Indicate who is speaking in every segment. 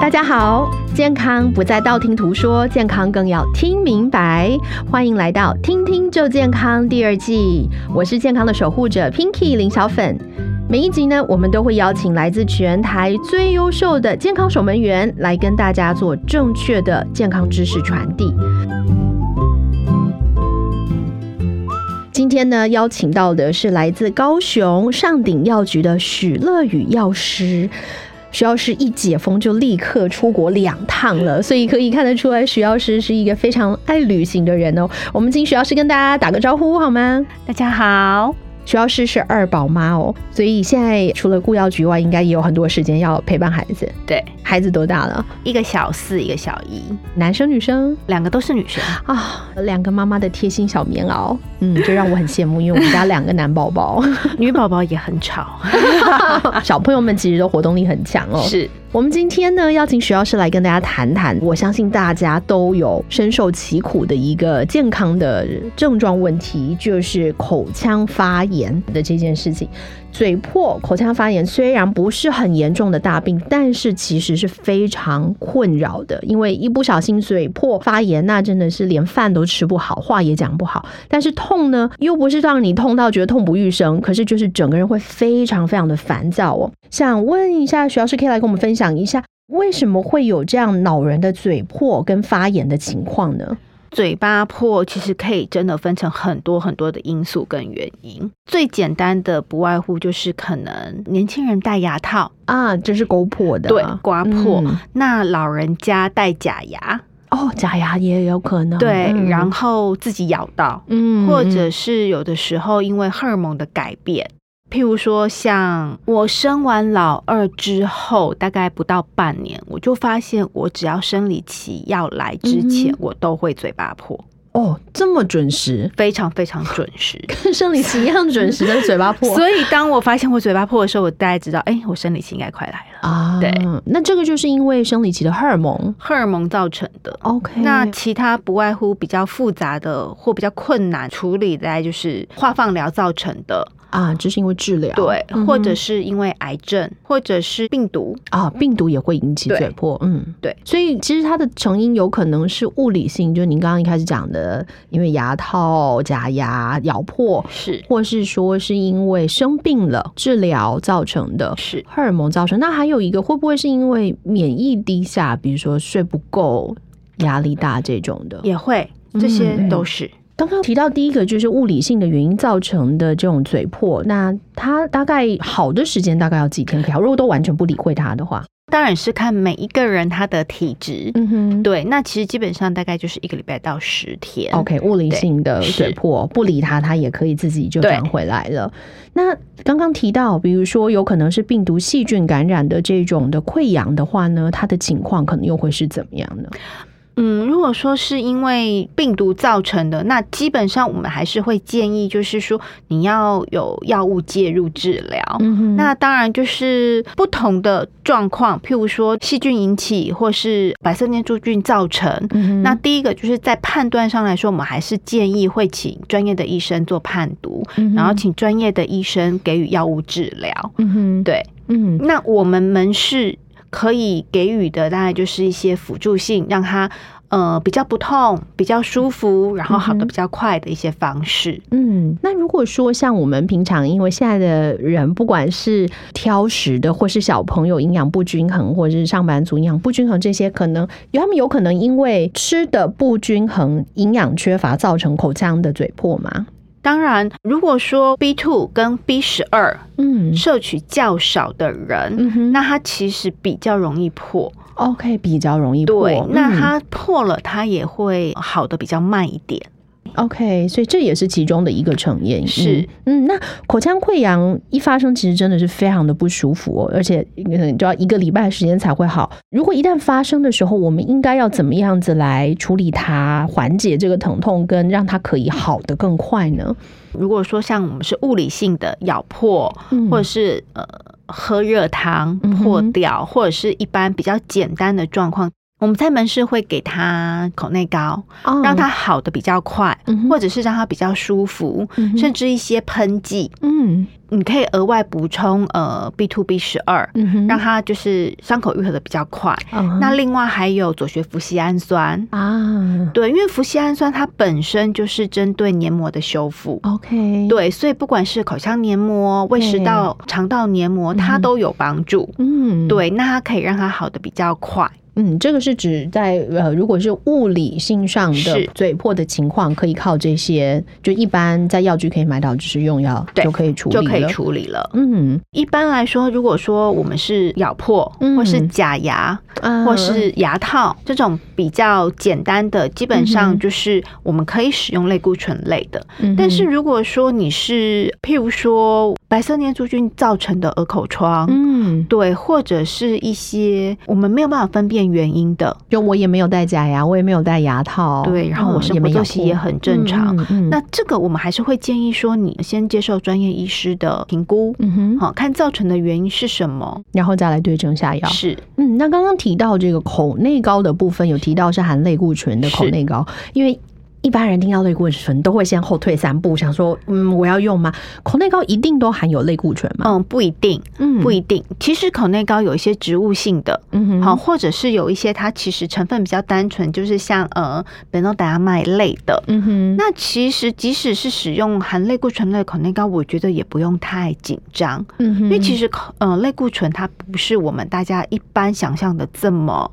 Speaker 1: 大家好，健康不再道听途说，健康更要听明白。欢迎来到《听听就健康》第二季，我是健康的守护者 Pinky 林小粉。每一集呢，我们都会邀请来自全台最优秀的健康守门员来跟大家做正确的健康知识传递。今天呢，邀请到的是来自高雄上鼎药局的许乐宇药师。徐药师一解封就立刻出国两趟了，所以可以看得出来，徐药师是一个非常爱旅行的人哦。我们请徐药师跟大家打个招呼好吗？
Speaker 2: 大家好，
Speaker 1: 徐药师是二宝妈哦，所以现在除了顾药局外，应该也有很多时间要陪伴孩子。
Speaker 2: 对，
Speaker 1: 孩子多大了？
Speaker 2: 一个小四，一个小一，
Speaker 1: 男生女生？
Speaker 2: 两个都是女 生。
Speaker 1: 啊、两个妈妈的贴心小棉袄，嗯，这让我很羡慕，因为我们家两个男宝宝，
Speaker 2: 女宝宝也很吵，
Speaker 1: 小朋友们其实都活动力很强哦。
Speaker 2: 是
Speaker 1: 我们今天呢，邀请徐老师来跟大家谈谈，我相信大家都有深受其苦的一个健康的症状问题，就是口腔发炎的这件事情。嘴破、口腔发炎虽然不是很严重的大病，但是其实是非常困扰的，因为一不小心嘴破发炎，那真的是连饭都吃不好，话也讲不好。但是痛呢，又不是让你痛到觉得痛不欲生，可是就是整个人会非常非常的烦躁哦。想问一下，徐老师可以来跟我们分享一下，为什么会有这样恼人的嘴破跟发炎的情况呢？
Speaker 2: 嘴巴破，其实可以真的分成很多很多的因素跟原因。最简单的不外乎就是可能年轻人戴牙套，
Speaker 1: 啊，这是勾破的，
Speaker 2: 对，刮破；
Speaker 1: 嗯
Speaker 2: 那老人家戴假牙，
Speaker 1: 哦，假牙也有可能，
Speaker 2: 对，
Speaker 1: 嗯
Speaker 2: 然后自己咬到，
Speaker 1: 嗯
Speaker 2: 或者是有的时候因为荷尔蒙的改变，譬如说像我生完老二之后，大概不到半年，我就发现我只要生理期要来之前，
Speaker 1: 嗯
Speaker 2: 我都会嘴巴破，
Speaker 1: 哦，这么准时，
Speaker 2: 非常非常准时。
Speaker 1: 跟 生理期一样准时的嘴巴 破。
Speaker 2: 所以当我发现我嘴巴破的时候，我大概知道，哎、我生理期应该快来了，
Speaker 1: 啊，
Speaker 2: 对，
Speaker 1: 那这个就是因为生理期的荷尔蒙。
Speaker 2: 荷尔蒙造成的。
Speaker 1: OK，
Speaker 2: 那其他不外乎比较复杂的或比较困难处理的，大概就是化放疗造成的，
Speaker 1: 啊，这是因为治疗，
Speaker 2: 对，
Speaker 1: 嗯哼
Speaker 2: 或者是因为癌症，或者是病毒，
Speaker 1: 啊，病毒也会引起
Speaker 2: 嗯对
Speaker 1: 嘴破，嗯，
Speaker 2: 对，
Speaker 1: 所以其实它的成因有可能是物理性，就您刚刚一开始讲的，因为牙套、假牙咬破，
Speaker 2: 是
Speaker 1: 或是说是因为生病了治疗造成的。
Speaker 2: 是
Speaker 1: 荷尔蒙造成，那还有一个会不会是因为免疫低下，比如说睡不够、压力大这种的？
Speaker 2: 也会，
Speaker 1: 嗯
Speaker 2: 这些都是。
Speaker 1: 刚刚提到第一个就是物理性的原因造成的这种嘴破，那它大概好的时间大概要几天可以好？如果都完全不理会它的话，
Speaker 2: 当然是看每一个人他的体质，
Speaker 1: 嗯哼，
Speaker 2: 对，那其实基本上大概就是一个礼拜到十天。
Speaker 1: OK，物理
Speaker 2: 对
Speaker 1: 性的
Speaker 2: 是
Speaker 1: 嘴破不理它，它也可以自己就
Speaker 2: 对
Speaker 1: 长回来了。那刚刚提到，比如说有可能是病毒细菌感染的这种的溃疡的话呢，它的情况可能又会是怎么样呢？
Speaker 2: 嗯，如果说是因为病毒造成的，那基本上我们还是会建议，就是说你要有药物介入治疗。
Speaker 1: 嗯哼
Speaker 2: 那当然就是不同的状况，譬如说细菌引起，或是白色念珠菌造成，
Speaker 1: 嗯
Speaker 2: 那第一个就是在判断上来说，我们还是建议会请专业的医生做判读，
Speaker 1: 哼
Speaker 2: 然后请专业的医生给予药物治疗。
Speaker 1: 嗯哼，
Speaker 2: 对，
Speaker 1: 嗯
Speaker 2: 那我们门市可以给予的大概就是一些辅助性，让他呃比较不痛、比较舒服，然后好的比较快的一些方式。
Speaker 1: 嗯，那如果说像我们平常，因为现在的人不管是挑食的，或是小朋友营养不均衡，或者是上班族营养不均衡，这些可能他们有可能因为吃的不均衡、营养缺乏，造成口腔的嘴破嘛？
Speaker 2: 当然，如果说 B two 跟 B 十二
Speaker 1: 嗯
Speaker 2: 摄取较少的人，
Speaker 1: 嗯哼，那
Speaker 2: 那他其实比较容易破。
Speaker 1: OK 比较容易破。
Speaker 2: 对，那
Speaker 1: 嗯
Speaker 2: 它破了，它也会好的比较慢一点。
Speaker 1: OK，所以这也是其中的一个成因。
Speaker 2: 是
Speaker 1: 嗯，嗯，那口腔溃疡一发生，其实真的是非常的不舒服、哦，而且嗯，就要一个礼拜的时间才会好。如果一旦发生的时候，我们应该要怎么样子来处理它，缓解这个疼痛，跟让它可以好的更快呢？
Speaker 2: 如果说像我们是物理性的咬破，
Speaker 1: 嗯
Speaker 2: 或者是呃喝热汤
Speaker 1: 嗯哼
Speaker 2: 破掉，或者是一般比较简单的状况，我们在门市会给他口内膏，让它好的比较快，
Speaker 1: 哦嗯嗯哼
Speaker 2: 或者是让它比较舒服，
Speaker 1: 嗯哼
Speaker 2: 甚至一些喷剂。
Speaker 1: 嗯
Speaker 2: 你可以额外补充呃 B two B 十二，
Speaker 1: 嗯哼
Speaker 2: 让它就是伤口愈合的比较快。
Speaker 1: 嗯
Speaker 2: 那另外还有左旋氟西氨酸，
Speaker 1: 啊
Speaker 2: 对，因为氟西氨酸它本身就是针对黏膜的修复。
Speaker 1: ，OK，，
Speaker 2: 对，所以不管是口腔黏膜、胃食道、肠道黏膜，它
Speaker 1: 嗯
Speaker 2: 都有帮助。
Speaker 1: 嗯，，
Speaker 2: 对，那它可以让它好的比较快。
Speaker 1: 嗯，这个是指在呃，如果是物理性上的
Speaker 2: 是
Speaker 1: 嘴破的情况，可以靠这些，就一般在药局可以买到，就是用药
Speaker 2: 对
Speaker 1: 就可以处理
Speaker 2: 就
Speaker 1: 了，
Speaker 2: 可以处理了。
Speaker 1: 嗯，
Speaker 2: 一般来说，如果说我们是咬破，
Speaker 1: 嗯
Speaker 2: 或是假牙，
Speaker 1: 啊
Speaker 2: 或是牙套这种比较简单的，基本
Speaker 1: 嗯
Speaker 2: 上
Speaker 1: 哼
Speaker 2: 就是我们可以使用类固醇类的。
Speaker 1: 嗯哼
Speaker 2: 但是如果说你是，譬如说白色念珠菌造成的鹅口疮，
Speaker 1: 嗯，
Speaker 2: 对，或者是一些我们没有办法分辨原因的，
Speaker 1: 就我也没有戴假牙，我也没有戴牙套，
Speaker 2: 对，然后
Speaker 1: 嗯
Speaker 2: 我生活作息也很正常。，
Speaker 1: 没咬破嗯嗯嗯
Speaker 2: 那这个我们还是会建议说，你先接受专业医师的评估，
Speaker 1: 嗯哼，
Speaker 2: 好、看造成的原因是什么。
Speaker 1: 然后再来对症下药。
Speaker 2: 是
Speaker 1: 嗯，那刚刚提到这个口内膏的部分，有提到是含类固醇的口
Speaker 2: 是
Speaker 1: 内膏，因为一般人听到类固醇都会先后退三步，想说，嗯，我要用吗？口内膏一定都含有类固醇吗？
Speaker 2: 嗯，不一定，
Speaker 1: 嗯
Speaker 2: 不一定。其实口内膏有一些植物性的，
Speaker 1: 嗯哼
Speaker 2: 好、，或者是有一些它其实成分比较单纯，就是像呃苯诺达亚麦类的。
Speaker 1: 嗯哼，
Speaker 2: 那其实即使是使用含类固醇类的口内膏，我觉得也不用太紧张，
Speaker 1: 嗯哼，
Speaker 2: 因为其
Speaker 1: 实
Speaker 2: 实口呃类固醇它不是我们大家一般想象的这么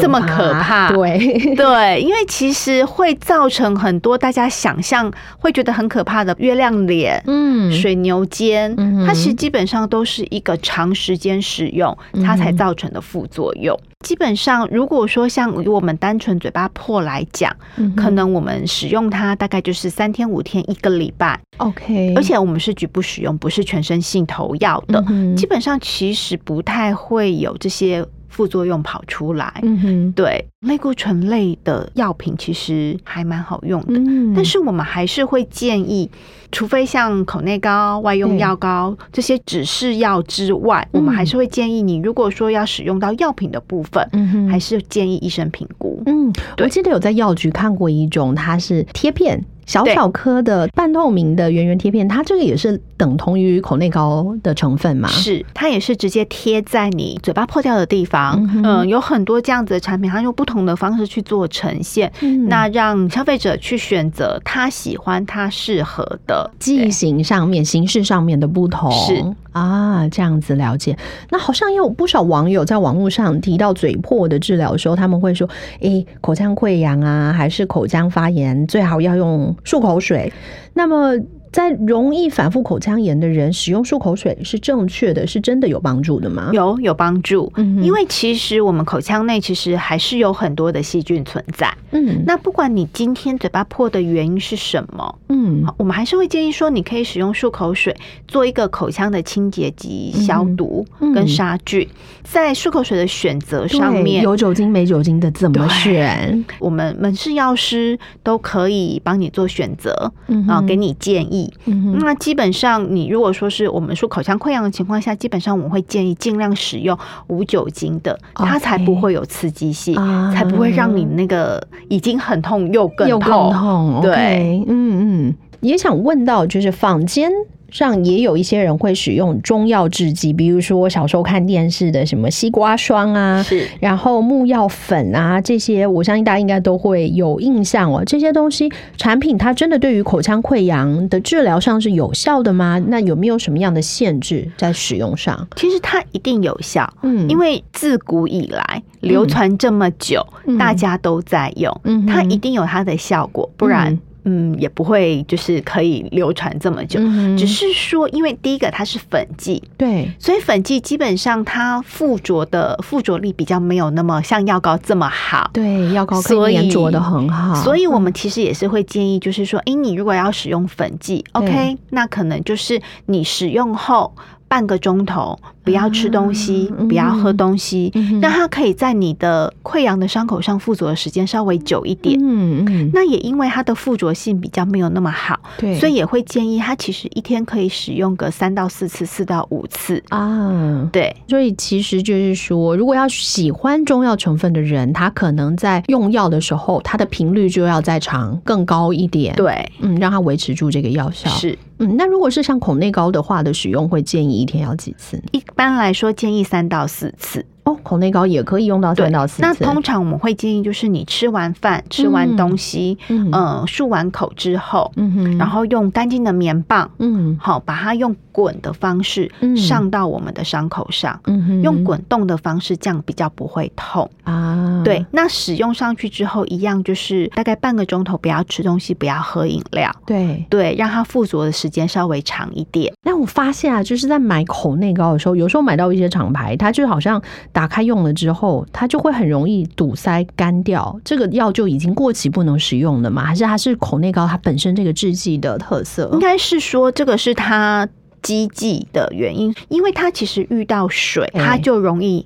Speaker 2: 这么可 怕
Speaker 1: 对，
Speaker 2: 对，因为其实会造成很多大家想象会觉得很可怕的月亮脸、
Speaker 1: 嗯
Speaker 2: 水牛肩，
Speaker 1: 嗯哼
Speaker 2: 它其实基本上都是一个长时间使用
Speaker 1: 嗯哼
Speaker 2: 它才造成的副作用。基本上，如果说像以我们单纯嘴巴破来讲，
Speaker 1: 嗯哼
Speaker 2: 可能我们使用它大概就是三天五天一个礼拜，
Speaker 1: OK，
Speaker 2: 而且我们是局部使用，不是全身性投药的
Speaker 1: 嗯，哼
Speaker 2: 基本上其实不太会有这些副作用跑出来。
Speaker 1: 嗯哼，
Speaker 2: 对，类固醇类的药品其实还蛮好用的，
Speaker 1: 嗯
Speaker 2: 但是我们还是会建议，除非像口内膏、外用药膏这些指示药之外，
Speaker 1: 嗯
Speaker 2: 我们还是会建议你，如果说要使用到药品的部分，
Speaker 1: 嗯哼
Speaker 2: 还是建议医生评估。
Speaker 1: 嗯，我
Speaker 2: 对
Speaker 1: 记得有在药局看过一种，它是贴片，小
Speaker 2: 对
Speaker 1: 小颗的半透明的圆圆贴片，它这个也是等同于口内膏的成分嘛？
Speaker 2: 是，它也是直接贴在你嘴巴破掉的地方。
Speaker 1: 嗯哼
Speaker 2: 嗯、有很多这样子的产品，它用不同的方式去做呈现，
Speaker 1: 嗯
Speaker 2: 那让消费者去选择他喜欢、他适合的
Speaker 1: 剂型上面、形式上面的不同
Speaker 2: 是
Speaker 1: 啊，这样子了解。那好像也有不少网友在网络上提到嘴破的治疗的时候，他们会说：“诶、口腔溃疡啊，还是口腔发炎，最好要用漱口水。”那么，在容易反复口腔炎的人使用漱口水是正确的，是真的有帮助的吗？
Speaker 2: 有有帮助。
Speaker 1: 嗯哼
Speaker 2: 因为其实我们口腔内其实还是有很多的细菌存在。
Speaker 1: 嗯
Speaker 2: 那不管你今天嘴巴破的原因是什么，
Speaker 1: 嗯
Speaker 2: 我们还是会建议说，你可以使用漱口水做一个口腔的清洁及
Speaker 1: 嗯哼
Speaker 2: 消毒
Speaker 1: 嗯
Speaker 2: 跟杀菌。在漱口水的选择上
Speaker 1: 对
Speaker 2: 面，
Speaker 1: 有酒精没酒精的怎么
Speaker 2: 对
Speaker 1: 选？
Speaker 2: 我们门市药师都可以帮你做选择，
Speaker 1: 嗯
Speaker 2: 啊、
Speaker 1: 哼
Speaker 2: 给你建议。
Speaker 1: 嗯哼
Speaker 2: 那基本上，你如果说是我们说口腔溃疡的情况下，基本上我们会建议尽量使用无酒精的，它
Speaker 1: OK
Speaker 2: 才不会有刺激性，
Speaker 1: 啊
Speaker 2: 才不会让你那个已经很痛又更
Speaker 1: 又
Speaker 2: 痛。
Speaker 1: 更痛，
Speaker 2: 对
Speaker 1: OK，嗯嗯，也想问到，就是坊间上也有一些人会使用中药制剂，比如说我小时候看电视的什么西瓜霜啊。
Speaker 2: 是
Speaker 1: 然后木药粉啊，这些我相信大家应该都会有印象哦。这些东西产品，它真的对于口腔溃疡的治疗上是有效的吗？那有没有什么样的限制在使用上？
Speaker 2: 其实它一定有效，
Speaker 1: 嗯
Speaker 2: 因为自古以来流传这么久，
Speaker 1: 嗯
Speaker 2: 大家都在用，
Speaker 1: 嗯哼
Speaker 2: 它一定有它的效果，不然嗯也不会就是可以流传这么久。
Speaker 1: 嗯哼
Speaker 2: 只是说，因为第一个它是粉剂，
Speaker 1: 对，
Speaker 2: 所以粉剂基本上它附着的附着力比较没有那么像药膏这么好。
Speaker 1: 对，药膏可
Speaker 2: 所
Speaker 1: 以
Speaker 2: 以
Speaker 1: 粘着的很好，
Speaker 2: 所以，我们其实也是会建议，就是说，诶，哎你如果要使用粉剂，OK，那可能就是你使用后半个钟头，不要吃东西，
Speaker 1: 嗯
Speaker 2: 不要喝东西，
Speaker 1: 嗯哼
Speaker 2: 让它可以在你的溃疡的伤口上附着的时间稍微久一点。
Speaker 1: 嗯嗯，
Speaker 2: 那也因为它的附着性比较没有那么好，
Speaker 1: 对，
Speaker 2: 所以也会建议它其实一天可以使用个三到四次，四到五次。
Speaker 1: 啊，
Speaker 2: 对，
Speaker 1: 所以其实就是说，如果要喜欢中药成分的人，他可能在用药的时候，他的频率就要再长更高一点。，
Speaker 2: 对，
Speaker 1: 嗯，让他维持住这个药效。，
Speaker 2: 是。
Speaker 1: 嗯，那如果是像孔内膏的话的使用，会建议一天要几次？
Speaker 2: 一般来说建议三到四次。
Speaker 1: 哦，口内膏也可以用到三到四次。
Speaker 2: 那通常我们会建议，就是你吃完饭、吃完东西，
Speaker 1: 嗯
Speaker 2: 嗯，漱、完口之后，
Speaker 1: 嗯哼，
Speaker 2: 然后用干净的棉棒，
Speaker 1: 嗯
Speaker 2: 好，把它用滚的方式
Speaker 1: 嗯
Speaker 2: 上到我们的伤口上，
Speaker 1: 嗯哼，
Speaker 2: 用滚动的方式，这样比较不会痛。
Speaker 1: 啊，
Speaker 2: 对，那使用上去之后，一样就是大概半个钟头，不要吃东西，不要喝饮料。
Speaker 1: 对。
Speaker 2: 对，让它附着的时间稍微长一点。
Speaker 1: 那我发现啊，就是在买口内膏的时候，有时候买到一些厂牌，它就好像打开用了之后，它就会很容易堵塞干掉。这个药就已经过期不能使用了嘛？还是它是口内膏它本身这个制剂的特色？
Speaker 2: 应该是说这个是它积剂的原因，因为它其实遇到水，
Speaker 1: 哎
Speaker 2: 它就容易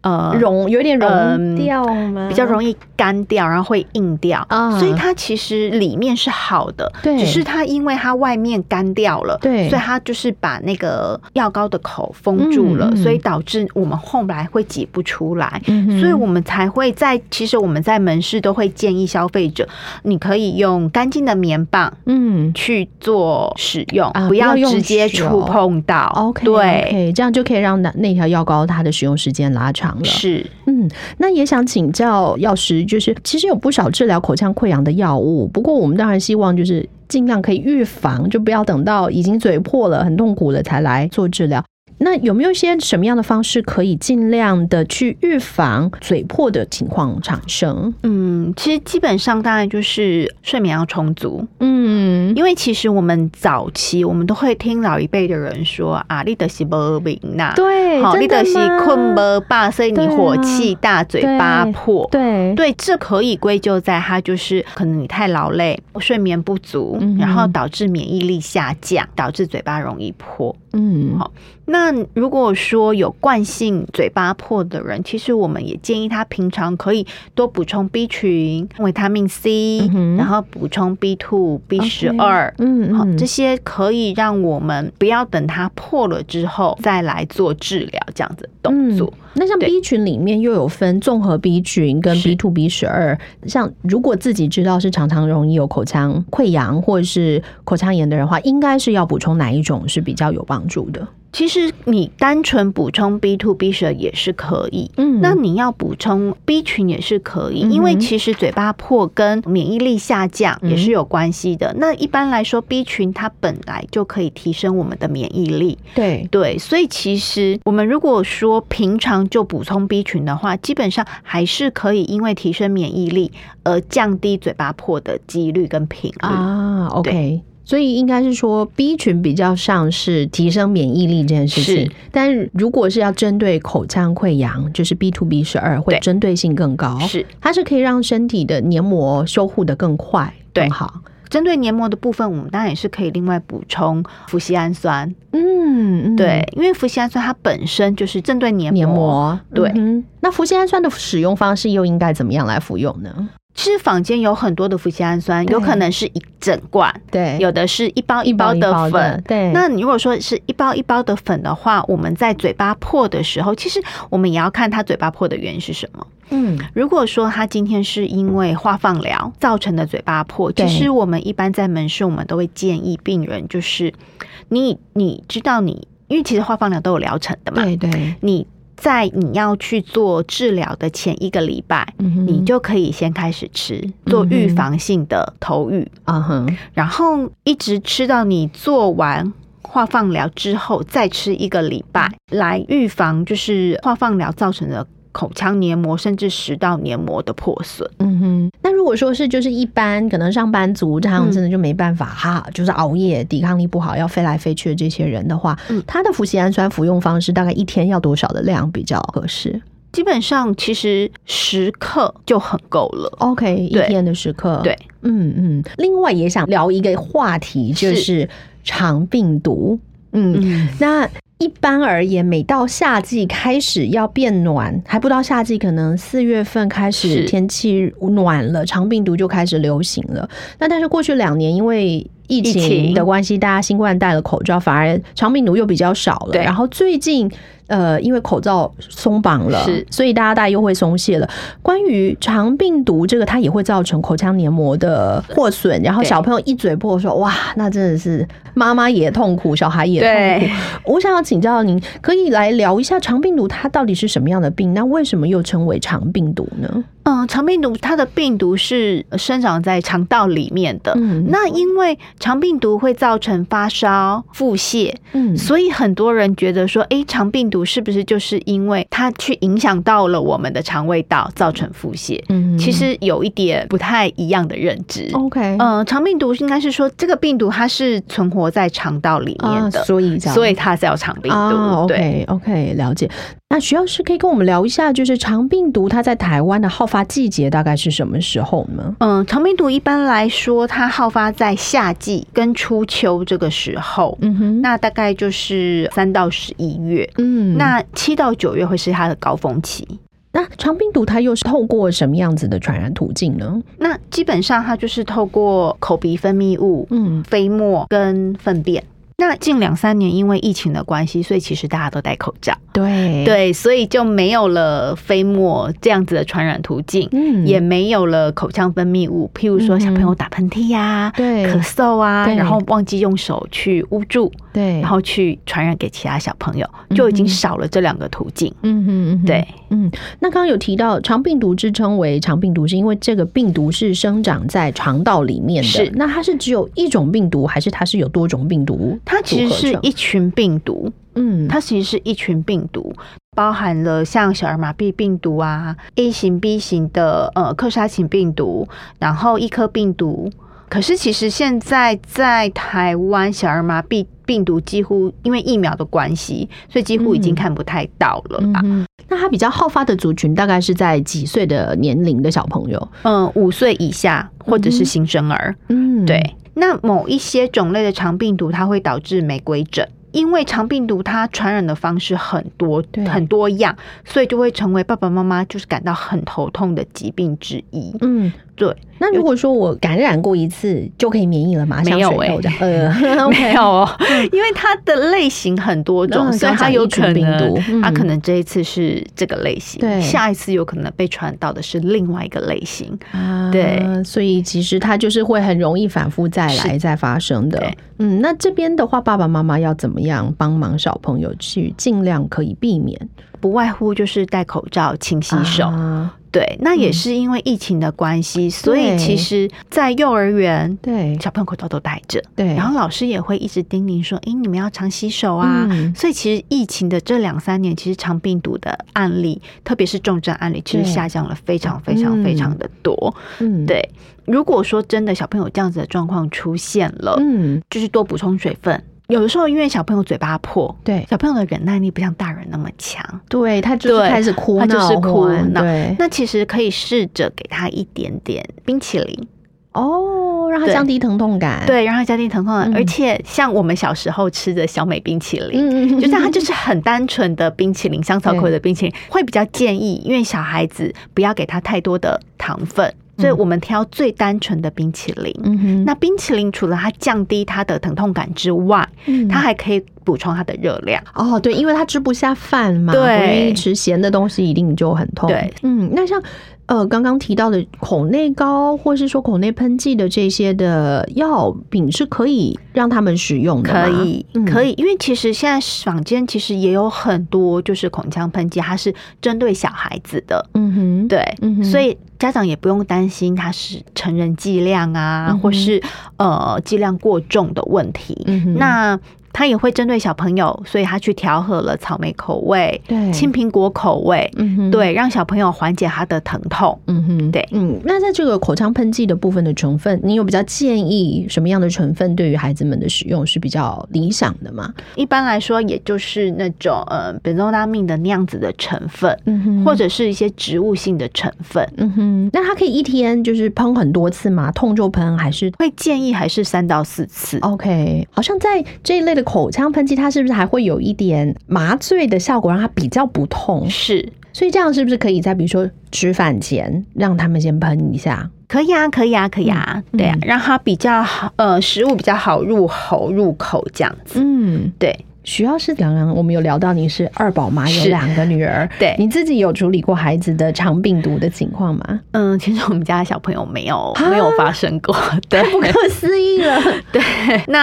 Speaker 2: 呃
Speaker 1: 溶有点溶
Speaker 2: 嗯
Speaker 1: 掉吗？
Speaker 2: 比较容
Speaker 1: 易
Speaker 2: 易干掉，然后会硬掉，
Speaker 1: 啊
Speaker 2: 所以它其实里面是好的，
Speaker 1: 对
Speaker 2: 只是它因为它外面干掉了，
Speaker 1: 对
Speaker 2: 所以它就是把那个药膏的口封住了，
Speaker 1: 嗯嗯
Speaker 2: 所以导致我们后来会挤不出来。
Speaker 1: 嗯哼，
Speaker 2: 所以我们才会在，其实我们在门市都会建议消费者，你可以用干净的棉棒，
Speaker 1: 嗯。
Speaker 2: 去做使用，
Speaker 1: 啊
Speaker 2: 不要
Speaker 1: 不要用
Speaker 2: 直接
Speaker 1: 手
Speaker 2: 触碰到。
Speaker 1: OK，
Speaker 2: 对
Speaker 1: OK，这样就可以让那那条药膏它的使用时间拉长了。
Speaker 2: 是
Speaker 1: 嗯，那也想请教药师，就是其实有不少治疗口腔溃疡的药物，不过我们当然希望就是尽量可以预防，就不要等到已经嘴破了、很痛苦了才来做治疗。那有没有一些什么样的方式可以尽量的去预防嘴破的情况产生？
Speaker 2: 嗯，其实基本上当然就是睡眠要充足，
Speaker 1: 嗯，
Speaker 2: 因为其实我们早期我们都会听老一辈的人说啊，你的是没病呐，
Speaker 1: 对，
Speaker 2: 好，
Speaker 1: 真
Speaker 2: 你
Speaker 1: 的
Speaker 2: 的是
Speaker 1: 吗
Speaker 2: 困不罢，所以
Speaker 1: 对
Speaker 2: 你
Speaker 1: 啊
Speaker 2: 火气大，嘴巴破。
Speaker 1: 对，嗯
Speaker 2: 对，这可以归咎在它就是可能你太劳累、睡眠不足，
Speaker 1: 嗯哼
Speaker 2: 然后导致免疫力下降，导致嘴巴容易破。
Speaker 1: 嗯，
Speaker 2: 好那如果说有惯性嘴巴破的人，其实我们也建议他平常可以多补充 B 群、维他命 C，、
Speaker 1: 嗯哼
Speaker 2: 然后补充 B two、B 十二。
Speaker 1: 嗯
Speaker 2: 好，
Speaker 1: 嗯，
Speaker 2: 这些可以让我们不要等它破了之后再来做治疗这样子的动作。
Speaker 1: 嗯。那像
Speaker 2: 对
Speaker 1: B 群里面又有分综合 B 群跟
Speaker 2: 是
Speaker 1: B two B 十二，像如果自己知道是常常容易有口腔溃疡或者是口腔炎的人的话，应该是要补充哪一种是比较有帮助的？
Speaker 2: 其实你单纯补充 B two、B 十二也是可以，
Speaker 1: 嗯
Speaker 2: 那你要补充 B 群也是可以，
Speaker 1: 嗯哼
Speaker 2: 因为其实嘴巴破跟免疫力下降
Speaker 1: 嗯
Speaker 2: 也是有关系的。那一般来说，B 群它本来就可以提升我们的免疫力，
Speaker 1: 对，
Speaker 2: 对，所以其实我们如果说平常就补充 B 群的话，基本上还是可以因为提升免疫力而降低嘴巴破的几率跟频率。
Speaker 1: 啊，OK。所以应该是说 B 群比较像是提升免疫力这件事情
Speaker 2: 是，
Speaker 1: 但是如果是要针对口腔溃疡，就是 B two B 十二会
Speaker 2: 对
Speaker 1: 针对性更高，
Speaker 2: 是
Speaker 1: 它是可以让身体的黏膜修护的更快、
Speaker 2: 对
Speaker 1: 更好。
Speaker 2: 针对黏膜的部分，我们当然也是可以另外补充氟西氨酸，
Speaker 1: 嗯，嗯
Speaker 2: 对，，因为氟西氨酸它本身就是针对黏
Speaker 1: 黏膜，
Speaker 2: 对
Speaker 1: 嗯哼那氟西氨酸的使用方式又应该怎么样来服用呢？
Speaker 2: 其实坊间有很多的氟西氨酸，
Speaker 1: 对
Speaker 2: 有可能是一整罐，
Speaker 1: 对
Speaker 2: 有的是一包
Speaker 1: 一包
Speaker 2: 包
Speaker 1: 一
Speaker 2: 的
Speaker 1: 包
Speaker 2: 粉。
Speaker 1: 对，
Speaker 2: 那你如果说是一包一包的粉的话，我们在嘴巴破的时候，其实我们也要看它嘴巴破的原因是什么。
Speaker 1: 嗯
Speaker 2: 如果说它今天是因为化放疗造成的嘴巴破，
Speaker 1: 对
Speaker 2: 其实我们一般在门市我们都会建议病人，就是你你知道你，因为其实化放疗都有疗程的嘛，
Speaker 1: 对对，
Speaker 2: 你在你要去做治疗的前一个礼拜，
Speaker 1: 嗯哼
Speaker 2: 你就可以先开始吃，做预防性的投予，
Speaker 1: 啊哼，
Speaker 2: 然后一直吃到你做完。化放疗之后再吃一个礼拜，
Speaker 1: 嗯
Speaker 2: 来预防就是化放疗造成的口腔黏膜甚至食道黏膜的破损。
Speaker 1: 嗯哼。那如果说是就是一般可能上班族这样
Speaker 2: 嗯
Speaker 1: 真的就没办法哈，就是熬夜抵抗力不好要飞来飞去的这些人的话，
Speaker 2: 嗯
Speaker 1: 他的氟西氨酸服用方式大概一天要多少的量比较合适
Speaker 2: 基本上其实十克就很够了。
Speaker 1: ？OK，一
Speaker 2: 对
Speaker 1: 天的时刻，
Speaker 2: 对，
Speaker 1: 嗯嗯。另外也想聊一个话题，就是是肠病毒，嗯。
Speaker 2: 嗯，
Speaker 1: 那一般而言，每到夏季开始要变暖，还不到夏季，可能四月份开始
Speaker 2: 是
Speaker 1: 天气暖了，肠病毒就开始流行了。那但是过去两年，因为疫
Speaker 2: 疫情
Speaker 1: 情的关系，大家新冠戴了口罩，反而长病毒又比较少了。
Speaker 2: 对
Speaker 1: 然后最近呃，因为口罩松绑了，
Speaker 2: 是
Speaker 1: 所以大家大家又会松懈了。关于长病毒这个，它也会造成口腔黏膜的破损，然后
Speaker 2: 对
Speaker 1: 小朋友一嘴破说哇，那真的是妈妈也痛苦，小孩也痛
Speaker 2: 对
Speaker 1: 苦。我想要请教您，可以来聊一下长病毒它到底是什么样的病？那为什么又称为长病毒呢？
Speaker 2: 嗯，肠病毒它的病毒是呃生长在肠道里面的。
Speaker 1: 嗯
Speaker 2: 那因为肠病毒会造成发烧、腹泻，
Speaker 1: 嗯
Speaker 2: 所以很多人觉得说，诶，肠病毒是不是就是因为它去影响到了我们的肠胃道，造成腹泻？
Speaker 1: 嗯哦
Speaker 2: 其实有一点不太一样的认知。
Speaker 1: OK
Speaker 2: 呃，肠病毒应该是说这个病毒它是存活在肠道里面的，
Speaker 1: 啊所以这样
Speaker 2: 所以它叫肠病毒。
Speaker 1: 啊、
Speaker 2: 对，
Speaker 1: OK OK，了解。那徐老师可以跟我们聊一下，就是肠病毒它在台湾的好发季节大概是什么时候呢？
Speaker 2: 嗯，肠病毒一般来说它好发在夏季跟初秋这个时候，
Speaker 1: 嗯哼，
Speaker 2: 那大概就是三到十一月。
Speaker 1: 嗯
Speaker 2: 那七到九月会是它的高峰期。
Speaker 1: 那肠病毒它又是透过什么样子的传染途径呢？
Speaker 2: 那基本上它就是透过口鼻分泌物、
Speaker 1: 嗯
Speaker 2: 飞沫跟粪便。那近两三年因为疫情的关系，所以其实大家都戴口罩，
Speaker 1: 对，
Speaker 2: 对，所以就没有了飞沫这样子的传染途径，
Speaker 1: 嗯
Speaker 2: 也没有了口腔分泌物，譬如说小朋友打喷嚏呀、
Speaker 1: 嗯对
Speaker 2: 咳嗽啊，
Speaker 1: 对
Speaker 2: 然后忘记用手去捂住，
Speaker 1: 对，
Speaker 2: 然后去传染给其他小朋友，就已经少了这两个途径。
Speaker 1: 嗯哼嗯哼
Speaker 2: 对，
Speaker 1: 嗯，那刚刚有提到肠病毒之称为肠病毒，是因为这个病毒是生长在肠道里面的。
Speaker 2: 是
Speaker 1: 那它是只有一种病毒，还是它是有多种病毒？
Speaker 2: 它其实是一群病毒，
Speaker 1: 嗯，
Speaker 2: 它其实是一群病毒，包含了像小儿麻痹病毒啊、A 型、B 型的呃克沙型病毒，然后一颗病毒。可是其实现在在台湾，小儿麻痹病毒几乎因为疫苗的关系，所以几乎已经
Speaker 1: 嗯
Speaker 2: 看不太到了吧？
Speaker 1: 嗯，那它比较好发的族群大概是在几岁的年龄的小朋友？
Speaker 2: 嗯，五、岁以下或者
Speaker 1: 嗯哼
Speaker 2: 是新生儿，
Speaker 1: 嗯，
Speaker 2: 对，那某一些种类的肠病毒，它会导致玫瑰疹。因为肠病毒它传染的方式很多
Speaker 1: 对
Speaker 2: 很多样，所以就会成为爸爸妈妈就是感到很头痛的疾病之一。
Speaker 1: 嗯。
Speaker 2: 对，
Speaker 1: 那如果说我感染过一次就可以免疫了吗？
Speaker 2: 没
Speaker 1: 像
Speaker 2: 有
Speaker 1: 水
Speaker 2: 欸
Speaker 1: 痘这样，呃 ，OK，
Speaker 2: 没有哦， 因为它的类型很多种，
Speaker 1: 嗯
Speaker 2: 所以
Speaker 1: 刚
Speaker 2: 它
Speaker 1: 讲
Speaker 2: 有
Speaker 1: 一群
Speaker 2: 可
Speaker 1: 病
Speaker 2: 能
Speaker 1: 毒，
Speaker 2: 它可
Speaker 1: 嗯
Speaker 2: 能这一次是这个类型，
Speaker 1: 对
Speaker 2: 下一次有可能被传到的是另外一个类型。
Speaker 1: 啊
Speaker 2: 对，
Speaker 1: 所以其实它就是会很容易反复再来再发生的
Speaker 2: 对。
Speaker 1: 嗯，那这边的话，爸爸妈妈要怎么样帮忙小朋友去尽量可以避免
Speaker 2: 不外乎就是戴口罩、勤洗手，
Speaker 1: 啊
Speaker 2: 对，那也
Speaker 1: 嗯
Speaker 2: 是因为疫情的关系，所
Speaker 1: 对
Speaker 2: 以其实，在幼儿园
Speaker 1: 对
Speaker 2: 小朋友口罩都戴着，
Speaker 1: 对，
Speaker 2: 然后老师也会一直叮咛说：“诶，你们要常洗手啊。
Speaker 1: 嗯
Speaker 2: 所以其实疫情的这两三年，其实肠病毒的案例，特别是重症案例，其实
Speaker 1: 对
Speaker 2: 下降了非常非常非常的多。
Speaker 1: 嗯，
Speaker 2: 对，如果说真的小朋友这样子的状况出现了，
Speaker 1: 嗯，
Speaker 2: 就是多补充水分。有的时候因为小朋友嘴巴破，
Speaker 1: 对
Speaker 2: 小朋友的忍耐力不像大人那么强，
Speaker 1: 对，他就是
Speaker 2: 对
Speaker 1: 开始哭
Speaker 2: 他
Speaker 1: 闹，
Speaker 2: 就是哭
Speaker 1: 玩
Speaker 2: 闹
Speaker 1: 对，
Speaker 2: 那其实可以试着给他一点点冰淇淋。
Speaker 1: 哦，让他
Speaker 2: 对
Speaker 1: 降低疼痛感，，
Speaker 2: 对，然后家庭疼痛的，啊
Speaker 1: 嗯
Speaker 2: 而且像我们小时候吃的小美冰淇淋。
Speaker 1: 嗯，
Speaker 2: 就是它就是很单纯的冰淇淋，香草口味的冰淇淋，会比较建议，因为小孩子不要给他太多的糖分，所以我们挑最单纯的冰淇淋。
Speaker 1: 嗯哼，
Speaker 2: 那冰淇淋除了它降低它的疼痛感之外，
Speaker 1: 那
Speaker 2: 它还可以补充它的热量。
Speaker 1: 哦，对，因为他吃不下饭嘛，
Speaker 2: 对
Speaker 1: 不愿意吃咸的东西，一定就很痛。
Speaker 2: 对，
Speaker 1: 嗯，那像呃刚刚提到的口内膏或是说口内喷剂的这些的药品是可以让他们使用的吗
Speaker 2: 可，以
Speaker 1: 嗯，
Speaker 2: 可以，因为其实现在坊间其实也有很多就是口腔喷剂，它是针对小孩子的，
Speaker 1: 嗯哼，，
Speaker 2: 对，
Speaker 1: 嗯哼
Speaker 2: 所以家长也不用担心它是成人剂量啊，
Speaker 1: 嗯哼
Speaker 2: 或是呃剂量过重的问题。
Speaker 1: 嗯哼，
Speaker 2: 那它也会针对小朋友，所以它去调和了草莓口味、
Speaker 1: 对，
Speaker 2: 青苹果口味，
Speaker 1: 嗯哼，。
Speaker 2: 对，让小朋友缓解他的疼痛。
Speaker 1: 嗯哼，
Speaker 2: 对
Speaker 1: 嗯，那在这个口腔喷剂的部分的成分，你有比较建议什么样的成分对于孩子们的使用是比较理想的吗？
Speaker 2: 一般来说，也就是那种呃本周拉命的那样子的成分，
Speaker 1: 嗯哼
Speaker 2: 或者是一些植物性的成分。
Speaker 1: 嗯哼，那它可以一天就是喷很多次吗？痛就喷，还是
Speaker 2: 会建议还是三到四次，
Speaker 1: 哦 OK，好像在这一类的口腔喷剂，它是不是还会有一点麻醉的效果，让它比较不痛？
Speaker 2: 是
Speaker 1: 所以这样是不是可以在比如说吃饭前让他们先喷一下？
Speaker 2: 可以啊，可以啊，可以啊，
Speaker 1: 嗯
Speaker 2: 对啊
Speaker 1: 嗯，
Speaker 2: 让它比较好，呃，食物比较好入喉入口这样子。
Speaker 1: 嗯，
Speaker 2: 对
Speaker 1: 徐老师，刚刚我们有聊到你是二宝妈，有
Speaker 2: 是
Speaker 1: 两个女儿，
Speaker 2: 对，
Speaker 1: 你自己有处理过孩子的肠病毒的情况吗？
Speaker 2: 嗯，其实我们家的小朋友没有
Speaker 1: 啊
Speaker 2: 没有发生过，对
Speaker 1: 不可思议 了！
Speaker 2: 那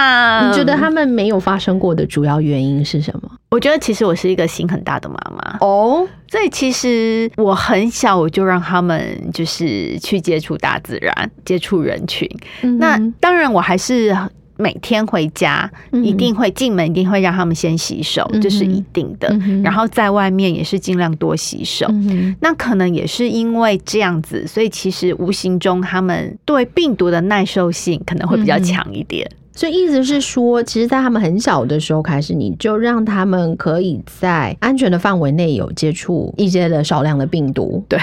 Speaker 1: 你觉得他？们没有发生过的主要原因是什么？
Speaker 2: 我觉得其实我是一个心很大的妈妈，
Speaker 1: 哦，
Speaker 2: 所以其实我很小我就让他们就是去接触大自然，接触人群。
Speaker 1: 嗯
Speaker 2: 那当然，我还是每天回家、一定会进门，一定会让他们先洗手，
Speaker 1: 嗯嗯哼
Speaker 2: 这是一定的。
Speaker 1: 嗯哼
Speaker 2: 然后在外面也是尽量多洗手。
Speaker 1: 嗯
Speaker 2: 那可能也是因为这样子，所以其实无形中他们对病毒的耐受性可能会比较
Speaker 1: 嗯哼
Speaker 2: 强一点。
Speaker 1: 所以意思是说，其实在他们很小的时候开始，你就让他们可以在安全的范围内有接触一些的少量的病毒。
Speaker 2: 对，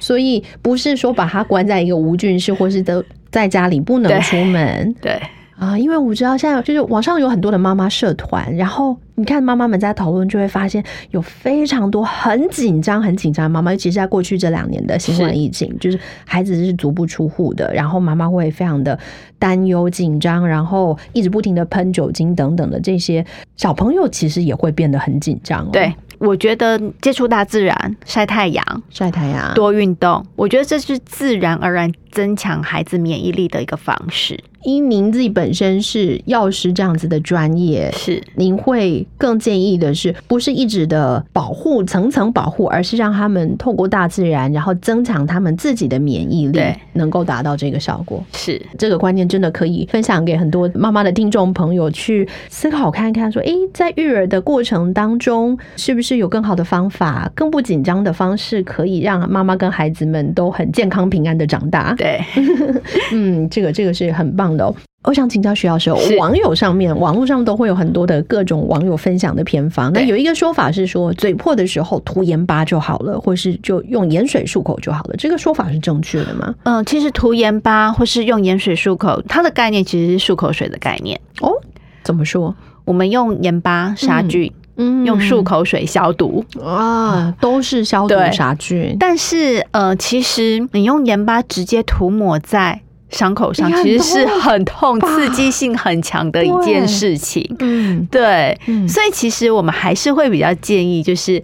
Speaker 1: 所以不是说把他关在一个无菌室，或是都在家里不能
Speaker 2: 对
Speaker 1: 出门
Speaker 2: 对，
Speaker 1: 啊。因为我知道现在就是网上有很多的妈妈社团，然后你看妈妈们在讨论，就会发现有非常多很紧张、很紧张的妈妈，尤其是在过去这两年的新冠
Speaker 2: 是
Speaker 1: 疫情，就是孩子是足不出户的，然后妈妈会非常的担忧、紧张，然后一直不停的喷酒精等等的这些，小朋友其实也会变得很紧张、哦。
Speaker 2: 对，，我觉得接触大自然、晒太阳、
Speaker 1: 晒太阳，
Speaker 2: 多运动，我觉得这是自然而然增强孩子免疫力的一个方式。
Speaker 1: 因您自己本身是药师这样子的专业，
Speaker 2: 是
Speaker 1: 您会更建议的是，不是一直的保护、层层保护，而是让他们透过大自然，然后增强他们自己的免疫力
Speaker 2: 对，
Speaker 1: 能够达到这个效果。
Speaker 2: 是，
Speaker 1: 这个观念真的可以分享给很多妈妈的听众朋友去思考看看，说，诶，在育儿的过程当中，是不是有更好的方法、更不紧张的方式，可以让妈妈跟孩子们都很健康、平安的长大？
Speaker 2: 对，
Speaker 1: 嗯，这个这个是很棒的哦。我想请教徐老师哦，
Speaker 2: 是
Speaker 1: 网友上面、网络上都会有很多的各种网友分享的偏方。那
Speaker 2: 对
Speaker 1: 有一个说法是说，嘴破的时候涂盐巴就好了，或是就用盐水漱口就好了。这个说法是正确的吗？
Speaker 2: 嗯，其实涂盐巴或是用盐水漱口，它的概念其实是漱口水的概念。
Speaker 1: 哦，怎么说？
Speaker 2: 我们用盐巴杀菌，
Speaker 1: 嗯
Speaker 2: 用漱口水消毒。
Speaker 1: 啊，都是消毒
Speaker 2: 对
Speaker 1: 杀菌。
Speaker 2: 但是，呃，其实你用盐巴直接涂抹在伤口上
Speaker 1: 也，很
Speaker 2: 其实是很痛、
Speaker 1: 吧
Speaker 2: 刺激性很强的一
Speaker 1: 对
Speaker 2: 件事情。
Speaker 1: 嗯
Speaker 2: 对，
Speaker 1: 嗯，
Speaker 2: 所以其实我们还是会比较建议，就是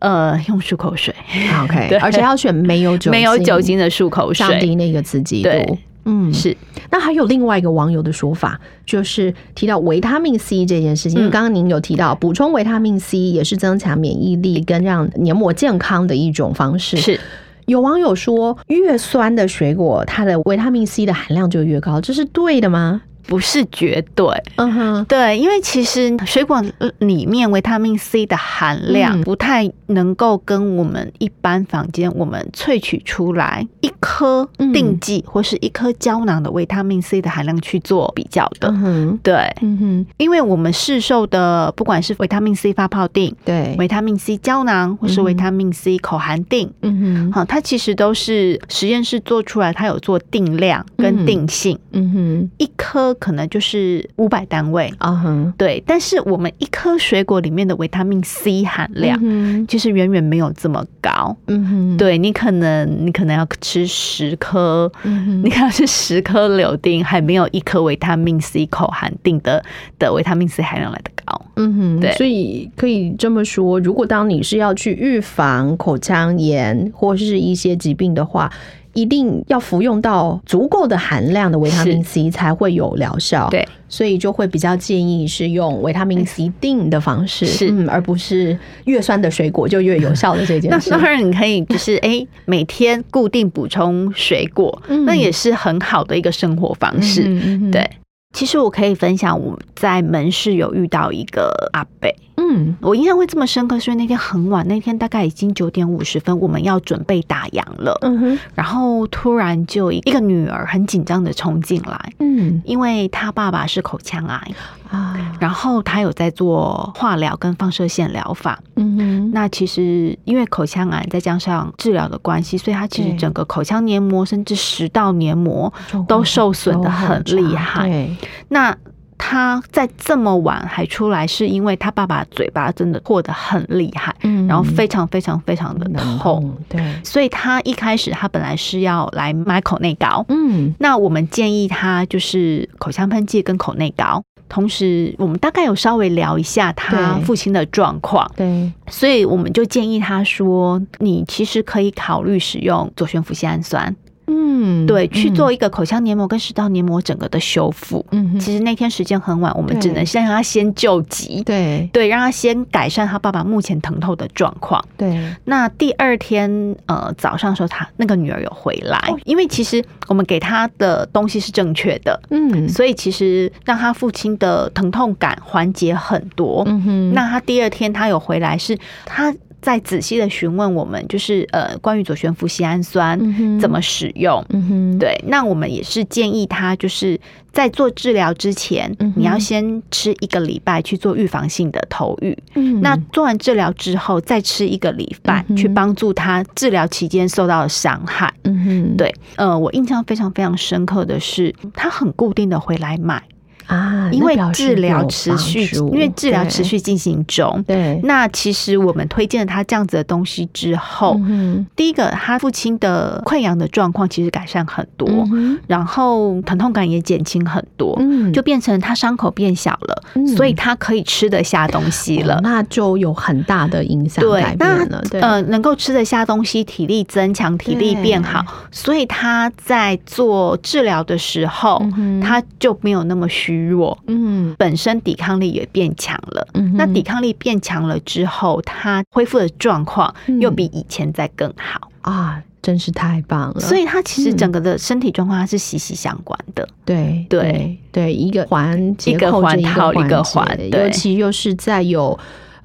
Speaker 2: 呃，用漱口水，
Speaker 1: OK，
Speaker 2: 对
Speaker 1: 而且要选没有酒精、
Speaker 2: 没有酒精的漱口
Speaker 1: 降低
Speaker 2: 水。
Speaker 1: 那个刺激度
Speaker 2: 对。
Speaker 1: 嗯，
Speaker 2: 是
Speaker 1: 那还有另外一个网友的说法，就是提到维他命 C 这件事情，因为
Speaker 2: 嗯
Speaker 1: 刚刚您有提到补充维他命 C 也是增强免疫力跟让黏膜健康的一种方式。
Speaker 2: 是，
Speaker 1: 有网友说，越酸的水果它的维他命 C 的含量就越高，这是对的吗？
Speaker 2: 不是绝对
Speaker 1: 嗯哼，
Speaker 2: 对，因为其实水果呃里面维他命 C 的含量
Speaker 1: 嗯
Speaker 2: 不太能够跟我们一般房间我们萃取出来一颗
Speaker 1: 嗯
Speaker 2: 定剂或是一颗胶囊的维他命 C 的含量去做比较的
Speaker 1: 嗯。哼，
Speaker 2: 对，
Speaker 1: 嗯哼，
Speaker 2: 因为我们市售的不管是维他命 C 发泡定、
Speaker 1: 对，
Speaker 2: 维他命 C 胶囊或是维他命 C 口含定，
Speaker 1: 嗯哼，
Speaker 2: 好，它其实都是实验室做出来，它有做定量
Speaker 1: 嗯
Speaker 2: 跟定性，
Speaker 1: 嗯哼，
Speaker 2: 一颗可能就是五百单位。
Speaker 1: 啊哼，
Speaker 2: 对，但是我们一颗水果里面的维他命 C 含量，
Speaker 1: 嗯哼
Speaker 2: 其实远远没有这么高。
Speaker 1: 嗯哼，，
Speaker 2: 对你可能你可能要吃十颗，
Speaker 1: 嗯哼
Speaker 2: 你，可能要吃十颗柳丁，还没有一颗维他命 C 口含定的的维他命 C 含量来的高。
Speaker 1: 嗯哼，
Speaker 2: 对
Speaker 1: 所以可以这么说，如果当你是要去预防口腔炎或是一些疾病的话，一定要服用到足够的含量的维他命 C 才会有疗效。，
Speaker 2: 对，
Speaker 1: 所以就会比较建议是用维他命 C 定的方式，
Speaker 2: 是
Speaker 1: 嗯，而不是越酸的水果就越有效的这件
Speaker 2: 那
Speaker 1: 事
Speaker 2: 当。然你可以就是哎、每天固定补充水果，
Speaker 1: 嗯
Speaker 2: 那也是很好的一个生活方式。
Speaker 1: 嗯哼，嗯哼
Speaker 2: 对，其实我可以分享，我在门市有遇到一个阿伯，
Speaker 1: 嗯
Speaker 2: 我印象会这么深刻，是因为那天很晚，那天大概已经九点五十分，我们要准备打烊了，
Speaker 1: 嗯哼，
Speaker 2: 然后突然就一个女儿很紧张的冲进来，
Speaker 1: 嗯
Speaker 2: 因为她爸爸是口腔癌，
Speaker 1: 啊，
Speaker 2: 然后她有在做化疗跟放射线疗法。
Speaker 1: 嗯哼，
Speaker 2: 那其实因为口腔癌再加上治疗的关系，所以她其实
Speaker 1: 对
Speaker 2: 整个口腔黏膜甚至食道黏膜
Speaker 1: 状况
Speaker 2: 都受损的很厉害
Speaker 1: 对，
Speaker 2: 那他在这么晚还出来，是因为他爸爸嘴巴真的破得很厉害，
Speaker 1: 嗯
Speaker 2: 然后非常非常非常的
Speaker 1: 难哦
Speaker 2: 痛，
Speaker 1: 痛，对，
Speaker 2: 所以他一开始他本来是要来买口内膏，
Speaker 1: 嗯
Speaker 2: 那我们建议他就是口腔喷剂跟口内膏。同时，我们大概有稍微聊一下他
Speaker 1: 对
Speaker 2: 父亲的状况，
Speaker 1: 对，
Speaker 2: 所以我们就建议他说，你其实可以考虑使用左旋辅酰氨酸，
Speaker 1: 嗯
Speaker 2: 对，去做
Speaker 1: 嗯
Speaker 2: 一个口腔黏膜跟食道黏膜整个的修复。
Speaker 1: 嗯哼
Speaker 2: 其实那天时间很晚，我们
Speaker 1: 对
Speaker 2: 只能先让他先救急，
Speaker 1: 对
Speaker 2: 对，让他先改善他爸爸目前疼痛的状况。
Speaker 1: 对，
Speaker 2: 那第二天，呃，早上的时候他，那个女儿有回来，
Speaker 1: 哦
Speaker 2: 因为其实我们给他的东西是正确的，
Speaker 1: 嗯
Speaker 2: 所以其实让他父亲的疼痛感缓解很多。
Speaker 1: 嗯哼，
Speaker 2: 那他第二天他有回来是，他在仔细的询问我们，就是呃，关于左旋辅酰氨酸、
Speaker 1: 嗯哼
Speaker 2: 怎么使用。
Speaker 1: 嗯哼，
Speaker 2: 对，那我们也是建议他，就是在做治疗之前，
Speaker 1: 嗯哼
Speaker 2: 你要先吃一个礼拜去做预防性的投浴。
Speaker 1: 嗯
Speaker 2: 那做完治疗之后，再吃一个礼拜，
Speaker 1: 嗯哼
Speaker 2: 去帮助他治疗期间受到的伤害。
Speaker 1: 嗯哼
Speaker 2: 对，呃，我印象非常非常深刻的是，他很固定的回来买，
Speaker 1: 啊，
Speaker 2: 因
Speaker 1: 那
Speaker 2: 为
Speaker 1: 表
Speaker 2: 治
Speaker 1: 示
Speaker 2: 疗
Speaker 1: 有
Speaker 2: 持
Speaker 1: 帮
Speaker 2: 续，
Speaker 1: 助
Speaker 2: 因为治疗
Speaker 1: 对
Speaker 2: 持续进行中。
Speaker 1: 对，
Speaker 2: 那其实我们推荐了他这样子的东西之后，
Speaker 1: 嗯
Speaker 2: 第一个他父亲的溃疡的状况其实改善很多，
Speaker 1: 哼
Speaker 2: 然后疼痛感也减轻很多，
Speaker 1: 嗯
Speaker 2: 就变成他伤口变小了，
Speaker 1: 嗯
Speaker 2: 所以他可以吃得下东西
Speaker 1: 哦
Speaker 2: 了。
Speaker 1: 那就有很大的影响
Speaker 2: 对
Speaker 1: 改
Speaker 2: 那
Speaker 1: 变了，对，
Speaker 2: 呃，能够吃得下东西，体力增强，体力变好，所以他在做治疗的时候，
Speaker 1: 嗯哼
Speaker 2: 他就没有那么虚弱，
Speaker 1: 嗯
Speaker 2: 本身抵抗力也变强了。
Speaker 1: 嗯哼，
Speaker 2: 那抵抗力变强了之后，他恢复的状况
Speaker 1: 嗯
Speaker 2: 又比以前再更好，
Speaker 1: 啊，真是太棒了，
Speaker 2: 所以他其实
Speaker 1: 嗯
Speaker 2: 整个的身体状况它是息息相关的。
Speaker 1: 对
Speaker 2: 对
Speaker 1: 对对，一个环节
Speaker 2: 一个
Speaker 1: 扣着
Speaker 2: 环套一个
Speaker 1: 环
Speaker 2: 环
Speaker 1: 节，
Speaker 2: 对
Speaker 1: 尤其又是在有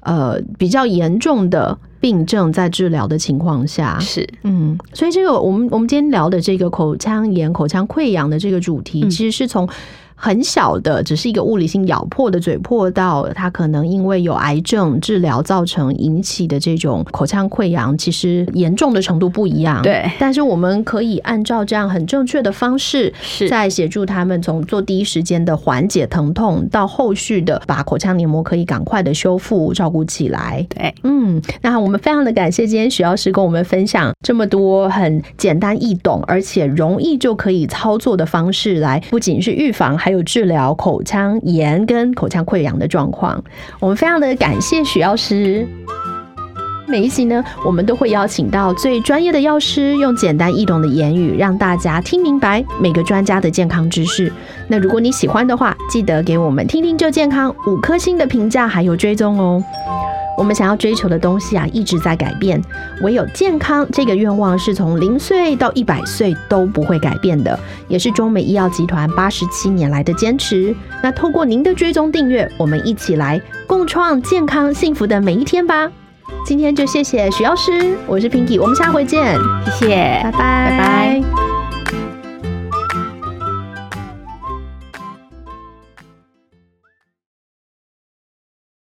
Speaker 1: 呃比较严重的病症在治疗的情况下，
Speaker 2: 是，
Speaker 1: 嗯，所以这个我们我们今天聊的这个口腔炎、口腔溃疡的这个主题，
Speaker 2: 嗯
Speaker 1: 其实是从很小的，只是一个物理性咬破的嘴破，到它可能因为有癌症治疗造成引起的这种口腔溃疡，其实严重的程度不一样。，
Speaker 2: 对，
Speaker 1: 但是我们可以按照这样很正确的方式，
Speaker 2: 是
Speaker 1: 在协助他们从做第一时间的缓解疼痛，到后续的把口腔黏膜可以赶快的修复照顾起来。
Speaker 2: 对，
Speaker 1: 嗯，那我们非常的感谢今天徐老师跟我们分享这么多很简单易懂，而且容易就可以操作的方式，来不仅是预防，还有治疗口腔炎跟口腔溃疡的状况。我们非常的感谢许药师。每一集呢，我们都会邀请到最专业的药师，用简单易懂的言语，让大家听明白每个专家的健康知识。那如果你喜欢的话，记得给我们“听听就健康”五颗星的评价，还有追踪哦。我们想要追求的东西啊，一直在改变。唯有健康这个愿望是从零岁到一百岁都不会改变的，也是中美医药集团八十七年来的坚持。那透过您的追踪订阅，我们一起来共创健康幸福的每一天吧。今天就谢谢徐药师，我是 Pinky，我们下回见，
Speaker 2: 谢谢，
Speaker 1: 拜拜，
Speaker 2: 拜拜